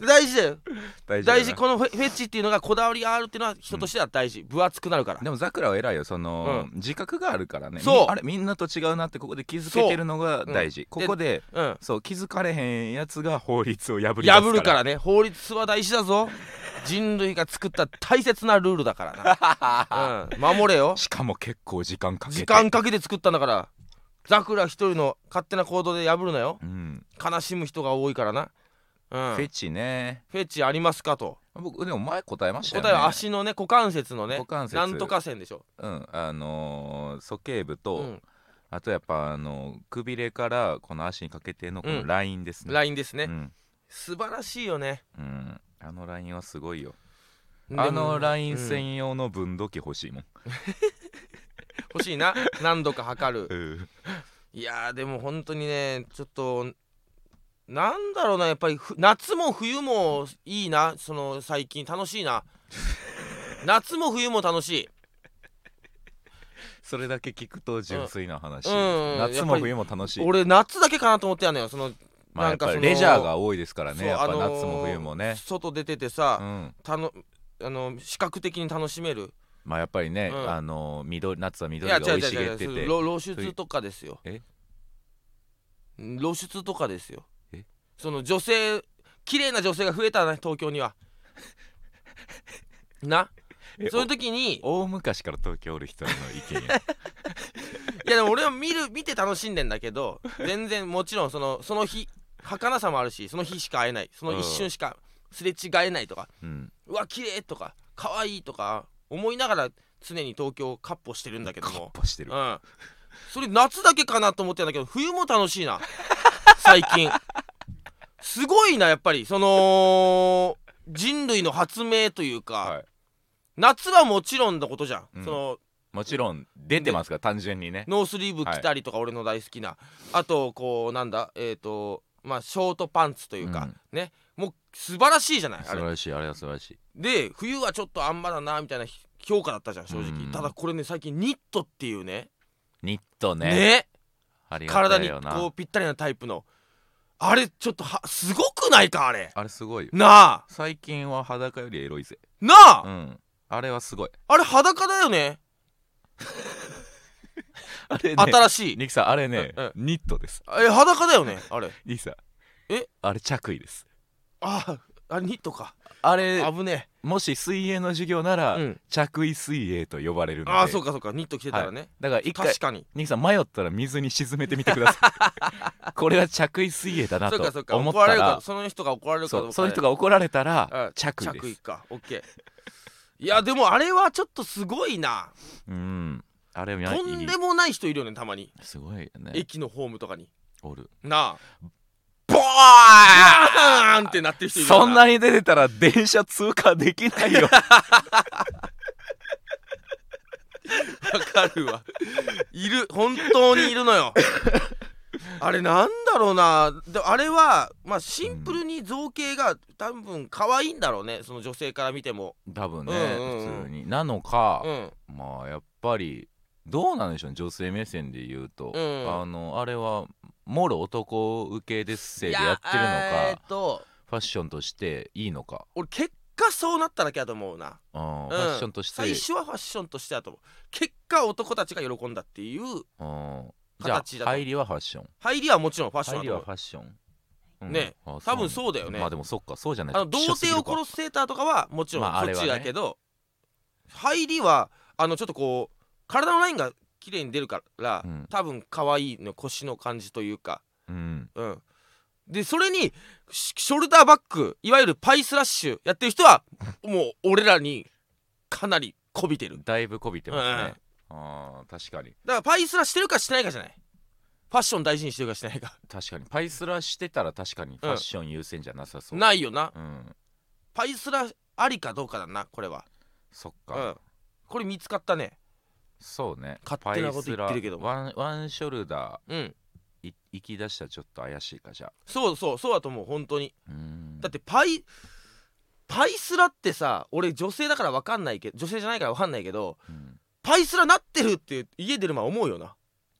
[SPEAKER 2] 大事だよ
[SPEAKER 1] 大だ
[SPEAKER 2] 大
[SPEAKER 1] な
[SPEAKER 2] 事このフェフェチっていうのがこだわりがあるっていうのは人としては大事、分厚くなるから
[SPEAKER 1] でもザクラは偉いよその、自覚があるからね
[SPEAKER 2] そう
[SPEAKER 1] みあれみんなと違うなってここで気づけてるのが大事、
[SPEAKER 2] そううん
[SPEAKER 1] ここで
[SPEAKER 2] うん
[SPEAKER 1] そう気づかれへんやつが法律を破り出す
[SPEAKER 2] 破るからね法律は大事だぞ人類が作った大切なルールだから な、うん、守れよ
[SPEAKER 1] しかも結構時間かけて
[SPEAKER 2] 時間かけて作ったんだからザクラ一人の勝手な行動で破るなよ
[SPEAKER 1] うん
[SPEAKER 2] 悲しむ人が多いからなうん、
[SPEAKER 1] フェチね
[SPEAKER 2] フェチありますかと
[SPEAKER 1] 僕でも前答えましたよ
[SPEAKER 2] 答
[SPEAKER 1] ね
[SPEAKER 2] えは足のね股関節のね
[SPEAKER 1] 股関節
[SPEAKER 2] なんとか線でしょ、
[SPEAKER 1] うんあのー、鼠径部と、
[SPEAKER 2] うん、
[SPEAKER 1] あとやっぱあのくびれからこの足にかけてのこ
[SPEAKER 2] う
[SPEAKER 1] の
[SPEAKER 2] ん
[SPEAKER 1] ラインですね、
[SPEAKER 2] ラインですね、
[SPEAKER 1] うん、
[SPEAKER 2] 素晴らしいよね
[SPEAKER 1] うん、あのラインはすごいよ
[SPEAKER 2] でも
[SPEAKER 1] あのライン
[SPEAKER 2] うん
[SPEAKER 1] 専用の分度器欲しいもん、
[SPEAKER 2] 欲しいな何度か測る
[SPEAKER 1] うん
[SPEAKER 2] いやーでも本当にねちょっとなんだろうなやっぱりふ夏も冬もいいなその最近楽しい な夏も冬も楽しい
[SPEAKER 1] それだけ聞くと純粋な話、
[SPEAKER 2] うんうんうん
[SPEAKER 1] 夏も冬も楽しい
[SPEAKER 2] 俺夏だけかなと思ってたのよその
[SPEAKER 1] まあ
[SPEAKER 2] な
[SPEAKER 1] やっ
[SPEAKER 2] んか
[SPEAKER 1] ぱ
[SPEAKER 2] その
[SPEAKER 1] りレジャーが多いですから
[SPEAKER 2] そう
[SPEAKER 1] ねやっぱ
[SPEAKER 2] あのー
[SPEAKER 1] 夏も冬もね、
[SPEAKER 2] 外出ててさ、
[SPEAKER 1] うん、
[SPEAKER 2] たのあの視覚的に楽しめる
[SPEAKER 1] まあやっぱりね、
[SPEAKER 2] うん
[SPEAKER 1] あのー緑夏は緑
[SPEAKER 2] や
[SPEAKER 1] が生い茂って
[SPEAKER 2] そう
[SPEAKER 1] て
[SPEAKER 2] ろ露出とかですよ
[SPEAKER 1] え
[SPEAKER 2] 露出とかですよ
[SPEAKER 1] え
[SPEAKER 2] その女性綺麗な女性が増えたね東京に はな
[SPEAKER 1] え
[SPEAKER 2] そういう時にい
[SPEAKER 1] 大昔から東京おる人の意見 や
[SPEAKER 2] やでも俺は見る見て楽しんでんだけど全然もちろんそのその日儚さもあるしその日しか会えないその一瞬しかすれ違えないとか
[SPEAKER 1] うん
[SPEAKER 2] うわ綺麗とか可愛いとか思いながら常に東京をかっ歩してるんだけど
[SPEAKER 1] カッ
[SPEAKER 2] も
[SPEAKER 1] パしてる
[SPEAKER 2] うんそれ夏だけかなと思ってたんだけど冬も楽しいな 最近すごいなやっぱりその人類の発明というか、
[SPEAKER 1] はい
[SPEAKER 2] 夏はもちろんのことじゃん、
[SPEAKER 1] うん
[SPEAKER 2] その
[SPEAKER 1] もちろん出てますから単純にね
[SPEAKER 2] ノースリーブ着たりとか俺の大好きな、あとこうなんだえっ、とまあショートパンツというか、ねもう素晴らしいじゃないあ
[SPEAKER 1] 素
[SPEAKER 2] れ
[SPEAKER 1] 晴らしいあれは素晴らしい
[SPEAKER 2] で冬はちょっとあんまだなみたいな評価だったじゃん正直、
[SPEAKER 1] うん
[SPEAKER 2] ただこれね最近ニットっていうね
[SPEAKER 1] ニットね
[SPEAKER 2] ね
[SPEAKER 1] ありが
[SPEAKER 2] 体
[SPEAKER 1] たい
[SPEAKER 2] に
[SPEAKER 1] よな
[SPEAKER 2] こうぴったりなタイプのあれちょっとはすごくないかあれ
[SPEAKER 1] あれすごいよ
[SPEAKER 2] なあ
[SPEAKER 1] 最近は裸よりエロいぜ
[SPEAKER 2] なあ、
[SPEAKER 1] うんあれはすごい
[SPEAKER 2] あれ裸だよね
[SPEAKER 1] あれね
[SPEAKER 2] 新しい
[SPEAKER 1] ニキさんあれね
[SPEAKER 2] うんうん
[SPEAKER 1] ニットです
[SPEAKER 2] え裸だよねあれ
[SPEAKER 1] ニキさん
[SPEAKER 2] え
[SPEAKER 1] あれ着衣です
[SPEAKER 2] ああれニットか
[SPEAKER 1] あれ
[SPEAKER 2] 危ね
[SPEAKER 1] もし水泳の授業な
[SPEAKER 2] え
[SPEAKER 1] ら
[SPEAKER 2] うん
[SPEAKER 1] 着衣水泳と呼ばれるので
[SPEAKER 2] ああそうかそうかニット着てたらね、
[SPEAKER 1] だから一回
[SPEAKER 2] 確かに
[SPEAKER 1] ニキさん迷ったら水に沈めてみてくださ いこれは着衣水泳だな
[SPEAKER 2] そうかそ
[SPEAKER 1] と
[SPEAKER 2] うか
[SPEAKER 1] 思っ
[SPEAKER 2] 怒
[SPEAKER 1] た
[SPEAKER 2] られるからその人が怒られるか
[SPEAKER 1] そ
[SPEAKER 2] どう
[SPEAKER 1] う
[SPEAKER 2] か
[SPEAKER 1] そういう人
[SPEAKER 2] が
[SPEAKER 1] が怒られたら着
[SPEAKER 2] 着
[SPEAKER 1] 衣で
[SPEAKER 2] 衣
[SPEAKER 1] す
[SPEAKER 2] かオッケーいやでもあれはちょっとすごいな
[SPEAKER 1] うんあれはい
[SPEAKER 2] とんでもない人いるよねたまに
[SPEAKER 1] すごいよね
[SPEAKER 2] 駅のホームとかに
[SPEAKER 1] おる
[SPEAKER 2] なあ
[SPEAKER 1] ボ
[SPEAKER 2] バーンってなってる人いるよ
[SPEAKER 1] そんなに出てたら電車通過できないよ
[SPEAKER 2] わかるわいる本当にいるのよあれなんだろうなであれはまあシンプルに造形が多分可愛いんだろうねその女性から見ても
[SPEAKER 1] 多分ね、
[SPEAKER 2] うんうんうん
[SPEAKER 1] 普通になのか
[SPEAKER 2] う、ん
[SPEAKER 1] まあやっぱりどうなんでしょうね女性目線で言うと、
[SPEAKER 2] うん
[SPEAKER 1] あのあれはもろ男受けですせで
[SPEAKER 2] い
[SPEAKER 1] やってるの
[SPEAKER 2] やえー
[SPEAKER 1] か
[SPEAKER 2] っと
[SPEAKER 1] ファッションとしていいのか、
[SPEAKER 2] 俺結果そうなっただけだと思うな、
[SPEAKER 1] うん
[SPEAKER 2] うん
[SPEAKER 1] ファッションとして、
[SPEAKER 2] 最初はファッションとしてだと思う結果男たちが喜んだっていう
[SPEAKER 1] うんじゃ
[SPEAKER 2] 形だ
[SPEAKER 1] あ
[SPEAKER 2] と
[SPEAKER 1] 入りはファッション
[SPEAKER 2] 入りはもちろんファッション
[SPEAKER 1] 入
[SPEAKER 2] だ
[SPEAKER 1] りは
[SPEAKER 2] と思
[SPEAKER 1] フ
[SPEAKER 2] う
[SPEAKER 1] ァッション、うん
[SPEAKER 2] ね
[SPEAKER 1] あ
[SPEAKER 2] 多分そうだよね
[SPEAKER 1] まあでもそっかそうじゃない
[SPEAKER 2] あの童貞を殺
[SPEAKER 1] す
[SPEAKER 2] すセーターとかはもちろん
[SPEAKER 1] まああ
[SPEAKER 2] そ
[SPEAKER 1] れ
[SPEAKER 2] っ
[SPEAKER 1] は
[SPEAKER 2] ち
[SPEAKER 1] ね
[SPEAKER 2] だけど、入りはあのちょっとこう体のラインが綺麗に出るから、
[SPEAKER 1] うん
[SPEAKER 2] 多分可愛いの腰の感じというか
[SPEAKER 1] うん
[SPEAKER 2] うんでそれにシショルダーバックいわゆるパイスラッシュやってる 人はもう俺らにかなりこびてる
[SPEAKER 1] だいぶこびてますね、あー確かに
[SPEAKER 2] だからパイスラしてるかしてないかじゃないファッション大事にしてるかしてないか
[SPEAKER 1] 確かにパイスラしてたら確かにファッション優先じゃなさそう、
[SPEAKER 2] ないよな
[SPEAKER 1] うん、
[SPEAKER 2] パイスラありかどうかだなこれは
[SPEAKER 1] そっ
[SPEAKER 2] う
[SPEAKER 1] か、
[SPEAKER 2] んこれ見つかったね
[SPEAKER 1] そうね
[SPEAKER 2] 勝手なこと言ってるけど
[SPEAKER 1] パイスラワンワンショルダ
[SPEAKER 2] うん
[SPEAKER 1] ーい行き出したらちょっと怪しいかじゃあ
[SPEAKER 2] そうそうそうだと思う本当に
[SPEAKER 1] うーん
[SPEAKER 2] だってパイパイスラってさ俺女性だから分かんないけど女性じゃないから分かんないけど
[SPEAKER 1] うん
[SPEAKER 2] パイスラなってるって家出る前思うよな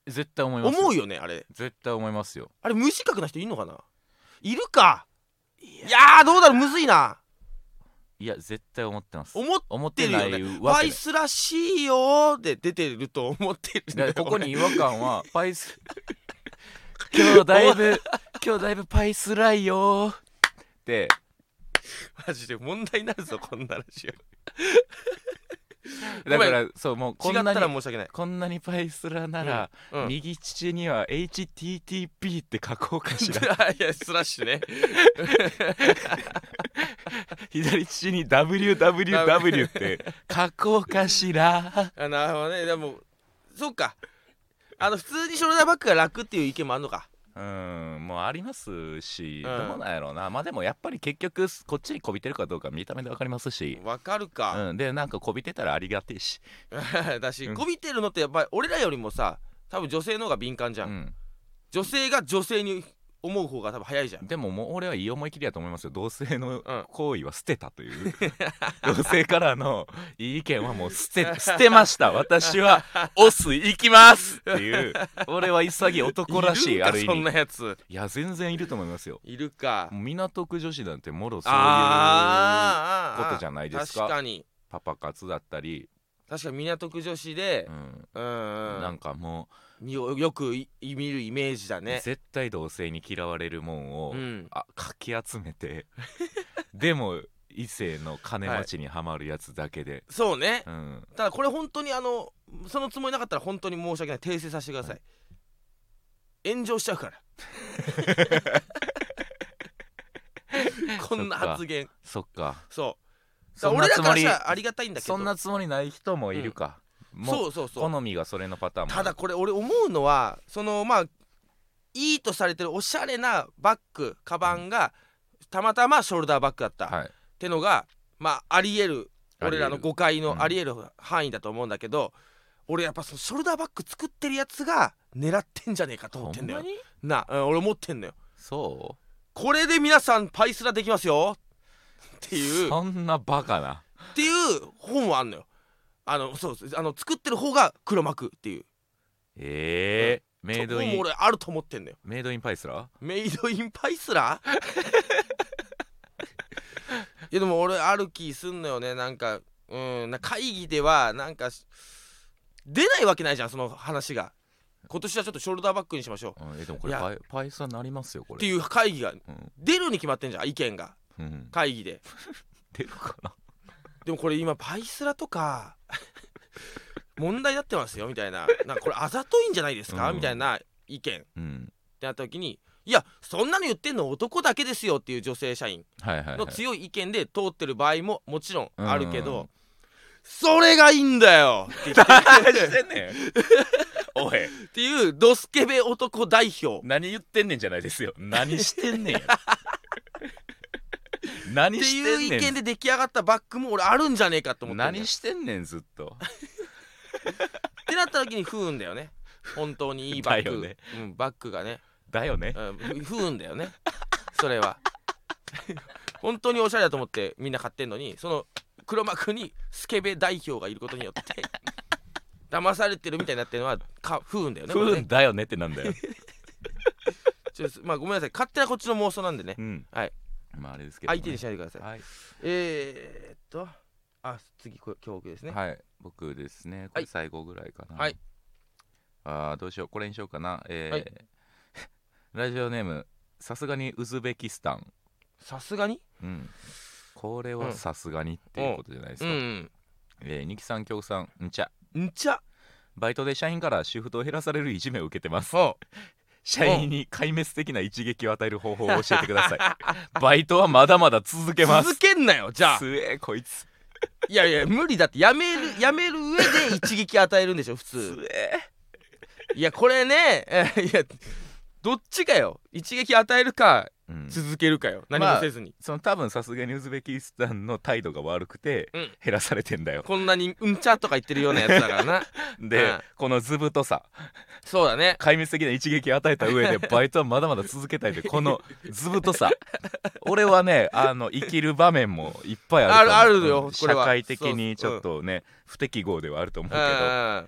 [SPEAKER 1] 絶対思います
[SPEAKER 2] 思う
[SPEAKER 1] よ
[SPEAKER 2] よねあれ
[SPEAKER 1] 絶対思いますよ
[SPEAKER 2] あれ無自覚な人いんのかないるかいやーどうだろうむずいない
[SPEAKER 1] や絶対思ってます
[SPEAKER 2] 思っ
[SPEAKER 1] 思ってて
[SPEAKER 2] るよ
[SPEAKER 1] な
[SPEAKER 2] ね
[SPEAKER 1] いわ
[SPEAKER 2] パ
[SPEAKER 1] け
[SPEAKER 2] イ
[SPEAKER 1] ない
[SPEAKER 2] スラしいよーで出てると思ってるんだ
[SPEAKER 1] だ
[SPEAKER 2] よ
[SPEAKER 1] からここに
[SPEAKER 2] 俺
[SPEAKER 1] 違和感はパイス今日だいぶ今日だいぶパイスラいよーって
[SPEAKER 2] マジで問題になるぞこんなラジオ
[SPEAKER 1] だか
[SPEAKER 2] 違
[SPEAKER 1] らそうもうこん
[SPEAKER 2] った
[SPEAKER 1] な
[SPEAKER 2] ら
[SPEAKER 1] に
[SPEAKER 2] 申し訳ない、
[SPEAKER 1] こんなにパイスラなら、
[SPEAKER 2] うん、い
[SPEAKER 1] 右父には HTTP って書こうか しら
[SPEAKER 2] やスラッシュね
[SPEAKER 1] 左父に WWW って書こうかしら
[SPEAKER 2] あなるほどねでもそっかあの普通にショルダーバッグが楽っていう意見もあるのか
[SPEAKER 1] うんもうありますし、
[SPEAKER 2] うん
[SPEAKER 1] どうなんやろうなまあでもやっぱり結局こっちにこびてるかどうか見た目でわかりますし、
[SPEAKER 2] わかるか、
[SPEAKER 1] うん、でなんかこびてたらありがてえし、
[SPEAKER 2] だし
[SPEAKER 1] うん
[SPEAKER 2] こびてるのってやっぱり俺らよりもさ多分女性の方が敏感じ
[SPEAKER 1] う
[SPEAKER 2] ゃん、
[SPEAKER 1] ん、
[SPEAKER 2] 女性が女性に思う方が多分早いじゃん
[SPEAKER 1] でももう俺はいい思い切りやと思いますよ同性の
[SPEAKER 2] うん
[SPEAKER 1] 行為は捨てたと いう、同性からのいい意見はもう捨 て捨てました私 はオス行きますっていう俺は潔男らしい
[SPEAKER 2] るんか
[SPEAKER 1] ある意
[SPEAKER 2] そん
[SPEAKER 1] 味
[SPEAKER 2] なやつ
[SPEAKER 1] いや全然いると思いますよ
[SPEAKER 2] いるか
[SPEAKER 1] もう港区女子なんてもろそういう
[SPEAKER 2] あーあーあー
[SPEAKER 1] ことじゃないですか
[SPEAKER 2] 確かに
[SPEAKER 1] パパ活だったり、
[SPEAKER 2] 確かに港区女子で
[SPEAKER 1] う、ん
[SPEAKER 2] うんうん
[SPEAKER 1] なんかも
[SPEAKER 2] よよくい見るイメージだ
[SPEAKER 1] う、
[SPEAKER 2] ね
[SPEAKER 1] 絶対同性に嫌われるもんを、
[SPEAKER 2] うん
[SPEAKER 1] あかき集めて でも異性の金持ちにはまるやつだけで、
[SPEAKER 2] そうね
[SPEAKER 1] うん
[SPEAKER 2] ただこれ本当にあのそのつもりなかったら本当に申し訳ない訂正させてください、炎上しちゃうから こんな発言
[SPEAKER 1] そっか
[SPEAKER 2] そう
[SPEAKER 1] そん
[SPEAKER 2] だ
[SPEAKER 1] なつ
[SPEAKER 2] から俺らか
[SPEAKER 1] も
[SPEAKER 2] らし
[SPEAKER 1] り
[SPEAKER 2] たらありがたいんだけど
[SPEAKER 1] そんなつもりない人もいるか、もう
[SPEAKER 2] そうそうそう
[SPEAKER 1] 好みがそれのパターンも
[SPEAKER 2] ただこれ俺思うのはそのまあいいとされてるおしゃれなバッグカバンがたまたまショルダーバッグだった、っ
[SPEAKER 1] はい
[SPEAKER 2] てのがまあありえる
[SPEAKER 1] あり
[SPEAKER 2] 俺
[SPEAKER 1] える
[SPEAKER 2] らの誤解
[SPEAKER 1] う
[SPEAKER 2] の
[SPEAKER 1] ん
[SPEAKER 2] ありえる範囲だと思うんだけど、俺やっぱそのショルダーバッグ作ってるやつが狙ってんじゃねえかと思ってんだよ
[SPEAKER 1] ほんまに
[SPEAKER 2] な、うん、俺思ってんのよ
[SPEAKER 1] そ
[SPEAKER 2] これで皆さんパイスラできますよって
[SPEAKER 1] う
[SPEAKER 2] いうっ
[SPEAKER 1] そんなバカな
[SPEAKER 2] ていう本はあんのよあのそうそうあの作ってる方が黒幕っていう
[SPEAKER 1] えーメイド
[SPEAKER 2] 本
[SPEAKER 1] イ
[SPEAKER 2] も
[SPEAKER 1] ン
[SPEAKER 2] 俺あると思ってんのよ
[SPEAKER 1] メイドインパイスラ
[SPEAKER 2] メイドインパイスラ ーいやでも俺ある気すんのよねなんかうんな会議ではなんかし出ないわけないじゃんその話が今年はちょっとショルダーバッグにしましょう
[SPEAKER 1] うんえでもこれ
[SPEAKER 2] いや
[SPEAKER 1] パイパイスラになりますよこ
[SPEAKER 2] って
[SPEAKER 1] れ
[SPEAKER 2] いう会議が
[SPEAKER 1] うん
[SPEAKER 2] 出るに決まってんじゃん意見が
[SPEAKER 1] うん
[SPEAKER 2] 会議で
[SPEAKER 1] 出るかな
[SPEAKER 2] でもこれ今パイスラとか問題になってますよみたいななんかこれあざといんじゃないですか、
[SPEAKER 1] うん
[SPEAKER 2] みたいな意見って
[SPEAKER 1] うん
[SPEAKER 2] なった時にいやそんなの言ってんの男だけですよっていう女性社員
[SPEAKER 1] はいはい、はい、
[SPEAKER 2] の強い意見で通ってる場合ももちろんあるけ
[SPEAKER 1] うん
[SPEAKER 2] どそれがいいんだ よって言
[SPEAKER 1] 何
[SPEAKER 2] っ
[SPEAKER 1] しててん ねんおい
[SPEAKER 2] っていうドスケベ男代表
[SPEAKER 1] 何言ってんねんじゃないですよ何してんねん や何
[SPEAKER 2] って
[SPEAKER 1] し
[SPEAKER 2] い
[SPEAKER 1] てん
[SPEAKER 2] う意
[SPEAKER 1] ね
[SPEAKER 2] 見
[SPEAKER 1] ん
[SPEAKER 2] で出来上がったバッグも俺あるんじゃねえかと思ってんだよ
[SPEAKER 1] 何してんねんずっ と
[SPEAKER 2] ってなった時に不運だよね本当にいいバッ
[SPEAKER 1] だよ
[SPEAKER 2] グ、
[SPEAKER 1] ね
[SPEAKER 2] うん、バッグがね、
[SPEAKER 1] だ よね
[SPEAKER 2] うん、ふ不運だよねそれは本当におしゃれだと思ってみんな買ってんのにその黒幕にスケベ代表がいることによって騙されてるみたいになってるのはか不運だよねこれ
[SPEAKER 1] 不
[SPEAKER 2] ね
[SPEAKER 1] 運だよねってなんだ よ
[SPEAKER 2] ちょっとまあごめんなさい勝手なこっちの妄想なんでね
[SPEAKER 1] うん
[SPEAKER 2] はい
[SPEAKER 1] まああれですけどね、
[SPEAKER 2] 相手にしないでください、
[SPEAKER 1] はい、
[SPEAKER 2] えー、っとあ次これ教育ですね、
[SPEAKER 1] はい、僕ですねこ
[SPEAKER 2] は
[SPEAKER 1] れ
[SPEAKER 2] い
[SPEAKER 1] 最後ぐらいかな
[SPEAKER 2] はい
[SPEAKER 1] あーどうしようこれにしようかなえー
[SPEAKER 2] はい
[SPEAKER 1] ラジオネームさすがにウズベキスタン
[SPEAKER 2] さすがに
[SPEAKER 1] うんこれ
[SPEAKER 2] う
[SPEAKER 1] は
[SPEAKER 2] ん
[SPEAKER 1] さすがにっていうことじゃないです
[SPEAKER 2] う
[SPEAKER 1] か、
[SPEAKER 2] ん
[SPEAKER 1] えー、二木さん京子さんんちゃ
[SPEAKER 2] んちゃ
[SPEAKER 1] バイトで社員からシフトを減らされるいじめを受けてます
[SPEAKER 2] ほ
[SPEAKER 1] 社員に壊滅的な一撃を与える方法を教えてく ださいバイトはまだまだ続けます
[SPEAKER 2] 続けんなよじゃあ
[SPEAKER 1] すえこいつ
[SPEAKER 2] いやいや無理だってやめ るやめる上で一撃与えるんでしょ普
[SPEAKER 1] す
[SPEAKER 2] 通
[SPEAKER 1] え
[SPEAKER 2] いやこれね えーいやどっちかよ一撃与えるか
[SPEAKER 1] うん
[SPEAKER 2] 続けるかよ
[SPEAKER 1] まあ
[SPEAKER 2] 何もせずに、
[SPEAKER 1] その多分さすがにウズベキスタンの態度が悪くて
[SPEAKER 2] うん
[SPEAKER 1] 減らされてんだ よ、
[SPEAKER 2] こんなにうんちゃとか言ってるようなやつだか らな
[SPEAKER 1] で、
[SPEAKER 2] うん
[SPEAKER 1] この図太さ
[SPEAKER 2] そうだね
[SPEAKER 1] 壊滅的な一撃を与えた 上でバイトはまだまだ続けたいでこの図太さ俺はねあの生きる場面もいっぱいあると思う
[SPEAKER 2] あるあるよ
[SPEAKER 1] うん
[SPEAKER 2] これは
[SPEAKER 1] 社会的にちょっとね、不適合ではあると思う
[SPEAKER 2] う
[SPEAKER 1] け
[SPEAKER 2] ん
[SPEAKER 1] ど、
[SPEAKER 2] うん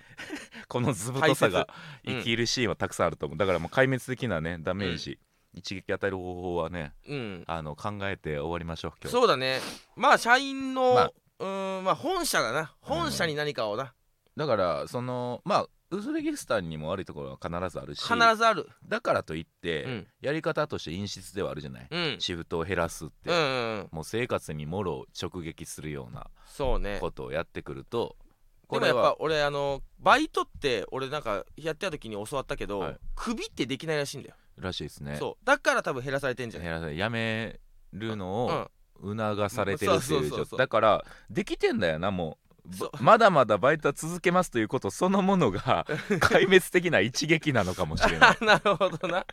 [SPEAKER 1] この図太さが
[SPEAKER 2] 大切
[SPEAKER 1] 生きるシーンはたくさんあると思う、だからもう壊滅的なねダメージ、一撃与える方法はね
[SPEAKER 2] うん
[SPEAKER 1] あの考えて終わりましょう今日
[SPEAKER 2] そうだねまあ社員の、
[SPEAKER 1] まあ
[SPEAKER 2] うーんまあ本社だな本社に何かをな、
[SPEAKER 1] だからそのまあウズベキスタンにも悪いところは必ずあるし
[SPEAKER 2] 必ずある
[SPEAKER 1] だからといって、
[SPEAKER 2] うん
[SPEAKER 1] やり方として陰湿ではあるじゃない、
[SPEAKER 2] うん
[SPEAKER 1] シフトを減らすって、
[SPEAKER 2] うんうんうん
[SPEAKER 1] もう生活にもろ直撃するような
[SPEAKER 2] そうね
[SPEAKER 1] ことをやってくるとこ
[SPEAKER 2] も
[SPEAKER 1] れ
[SPEAKER 2] やっ
[SPEAKER 1] は
[SPEAKER 2] ぱ俺あのバイトって俺なんかやってた時に教わったけど、
[SPEAKER 1] はい
[SPEAKER 2] 首ってできないらしいんだよ、
[SPEAKER 1] らしいですね
[SPEAKER 2] そうだから多分減らされてんじゃない、
[SPEAKER 1] 減らさないやめるの
[SPEAKER 2] う
[SPEAKER 1] を
[SPEAKER 2] ん、
[SPEAKER 1] 促されてるって
[SPEAKER 2] そう
[SPEAKER 1] い
[SPEAKER 2] そううそ
[SPEAKER 1] 状
[SPEAKER 2] うそう
[SPEAKER 1] 態だからできてんだよなもう
[SPEAKER 2] そう
[SPEAKER 1] ばまだまだバイトは続けますということそのもの が壊滅的な一撃なのかもしれない
[SPEAKER 2] なるほどな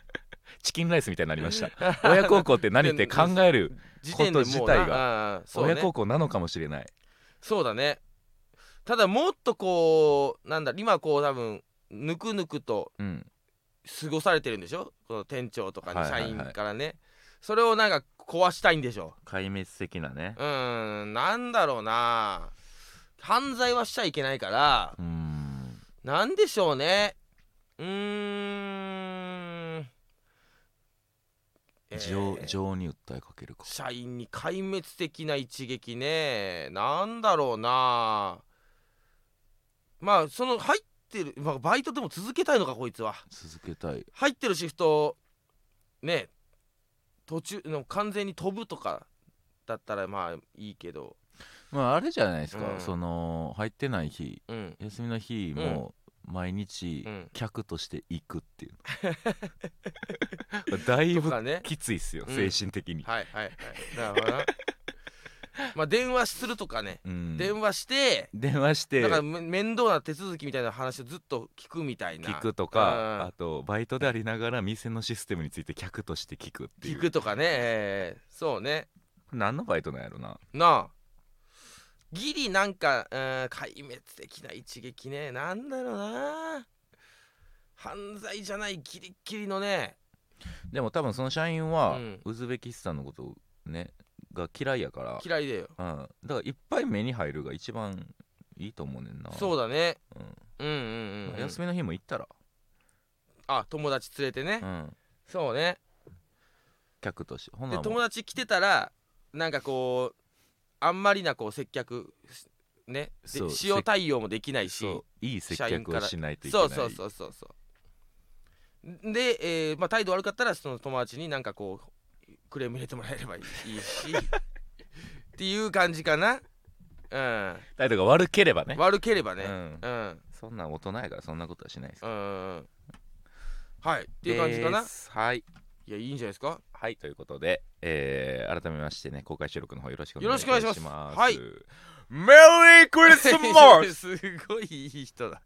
[SPEAKER 1] チキンライスみたいになりま した 親孝行って何って考える
[SPEAKER 2] 時点
[SPEAKER 1] こと
[SPEAKER 2] でもう
[SPEAKER 1] 自体
[SPEAKER 2] な
[SPEAKER 1] が
[SPEAKER 2] ああそう
[SPEAKER 1] 親
[SPEAKER 2] ね
[SPEAKER 1] 孝行なのかもしれない
[SPEAKER 2] そうだねただもっとこうなんだ今こう多分ぬくぬくと
[SPEAKER 1] うん
[SPEAKER 2] 過ごされてるんでしょこの店長とか
[SPEAKER 1] は
[SPEAKER 2] に
[SPEAKER 1] い
[SPEAKER 2] 社
[SPEAKER 1] はいはい
[SPEAKER 2] 員からね、それをなんか壊したいんでしょ
[SPEAKER 1] 壊滅的なね
[SPEAKER 2] うーんなんだろうな犯罪はしちゃいけないから
[SPEAKER 1] うーん
[SPEAKER 2] なんでしょうねうーん、えー
[SPEAKER 1] 情情に訴えかけるか
[SPEAKER 2] 社員に壊滅的な一撃ねなんだろうなまあその入ってる、まあ、バイトでも続けたいのかこいつは
[SPEAKER 1] 続けたい
[SPEAKER 2] 入ってるシフトね途中の完全に飛ぶとかだったらまあいいけど
[SPEAKER 1] まああれじゃないですか、
[SPEAKER 2] うん
[SPEAKER 1] その入ってない日
[SPEAKER 2] うん
[SPEAKER 1] 休みの日も毎日
[SPEAKER 2] うん
[SPEAKER 1] 客として行くっていう、 だい
[SPEAKER 2] と
[SPEAKER 1] ぶ
[SPEAKER 2] かね
[SPEAKER 1] きついっすよ、
[SPEAKER 2] うん
[SPEAKER 1] 精神的に、
[SPEAKER 2] はいはいはいなるほどな まあ電話するとかね、
[SPEAKER 1] うん
[SPEAKER 2] 電話して
[SPEAKER 1] 電話して
[SPEAKER 2] だからめ面倒な手続きみたいな話をずっと聞くみたいな
[SPEAKER 1] 聞くと
[SPEAKER 2] うん
[SPEAKER 1] かあとバイトでありながら店のシステムについて客として聞くってい
[SPEAKER 2] 聞
[SPEAKER 1] う
[SPEAKER 2] くとかね、えーそうね
[SPEAKER 1] 何のバイトなんやろな
[SPEAKER 2] なあギリなんか、うん壊滅的な一撃ねなんだろうな犯罪じゃないギリッギリのね
[SPEAKER 1] でも多分その社員は
[SPEAKER 2] うん
[SPEAKER 1] ウズベキスタンのことをねが嫌いやから
[SPEAKER 2] 嫌いだよ
[SPEAKER 1] うん、だからいっぱい目に入るが一番いいと思うねんな
[SPEAKER 2] そうだね
[SPEAKER 1] うん、
[SPEAKER 2] うんうんうん、
[SPEAKER 1] ま
[SPEAKER 2] う
[SPEAKER 1] あ
[SPEAKER 2] ん、
[SPEAKER 1] 休みの日も行ったら、
[SPEAKER 2] あ友達連れてね、
[SPEAKER 1] うん、
[SPEAKER 2] そうね
[SPEAKER 1] 客としてほな
[SPEAKER 2] で
[SPEAKER 1] もう
[SPEAKER 2] 友達来てたらなんかこうあんまりなこう接客しねで
[SPEAKER 1] そう
[SPEAKER 2] 使用対応もできないし
[SPEAKER 1] そういい接
[SPEAKER 2] 社員
[SPEAKER 1] 客
[SPEAKER 2] か
[SPEAKER 1] を
[SPEAKER 2] ら
[SPEAKER 1] しないといけな
[SPEAKER 2] そ
[SPEAKER 1] いう
[SPEAKER 2] そうそうそうそうで、えーまあ、態度悪かったらその友達になんかこうクレーム入れてもらえればいいしっていう感じかなうん
[SPEAKER 1] 態度が悪ければね
[SPEAKER 2] 悪ければね
[SPEAKER 1] うん
[SPEAKER 2] うん
[SPEAKER 1] そんなん大人やからそんなことはしないです
[SPEAKER 2] うんうんはいっていう感じかな
[SPEAKER 1] ですはい
[SPEAKER 2] いやいいんじゃないですか
[SPEAKER 1] はいということで、えー、改めましてね公開収録の方よろしくお願いいた
[SPEAKER 2] よろしくお願い
[SPEAKER 1] し
[SPEAKER 2] し
[SPEAKER 1] ま
[SPEAKER 2] ますすはい
[SPEAKER 1] メリークリスマス
[SPEAKER 2] すごいいい人だ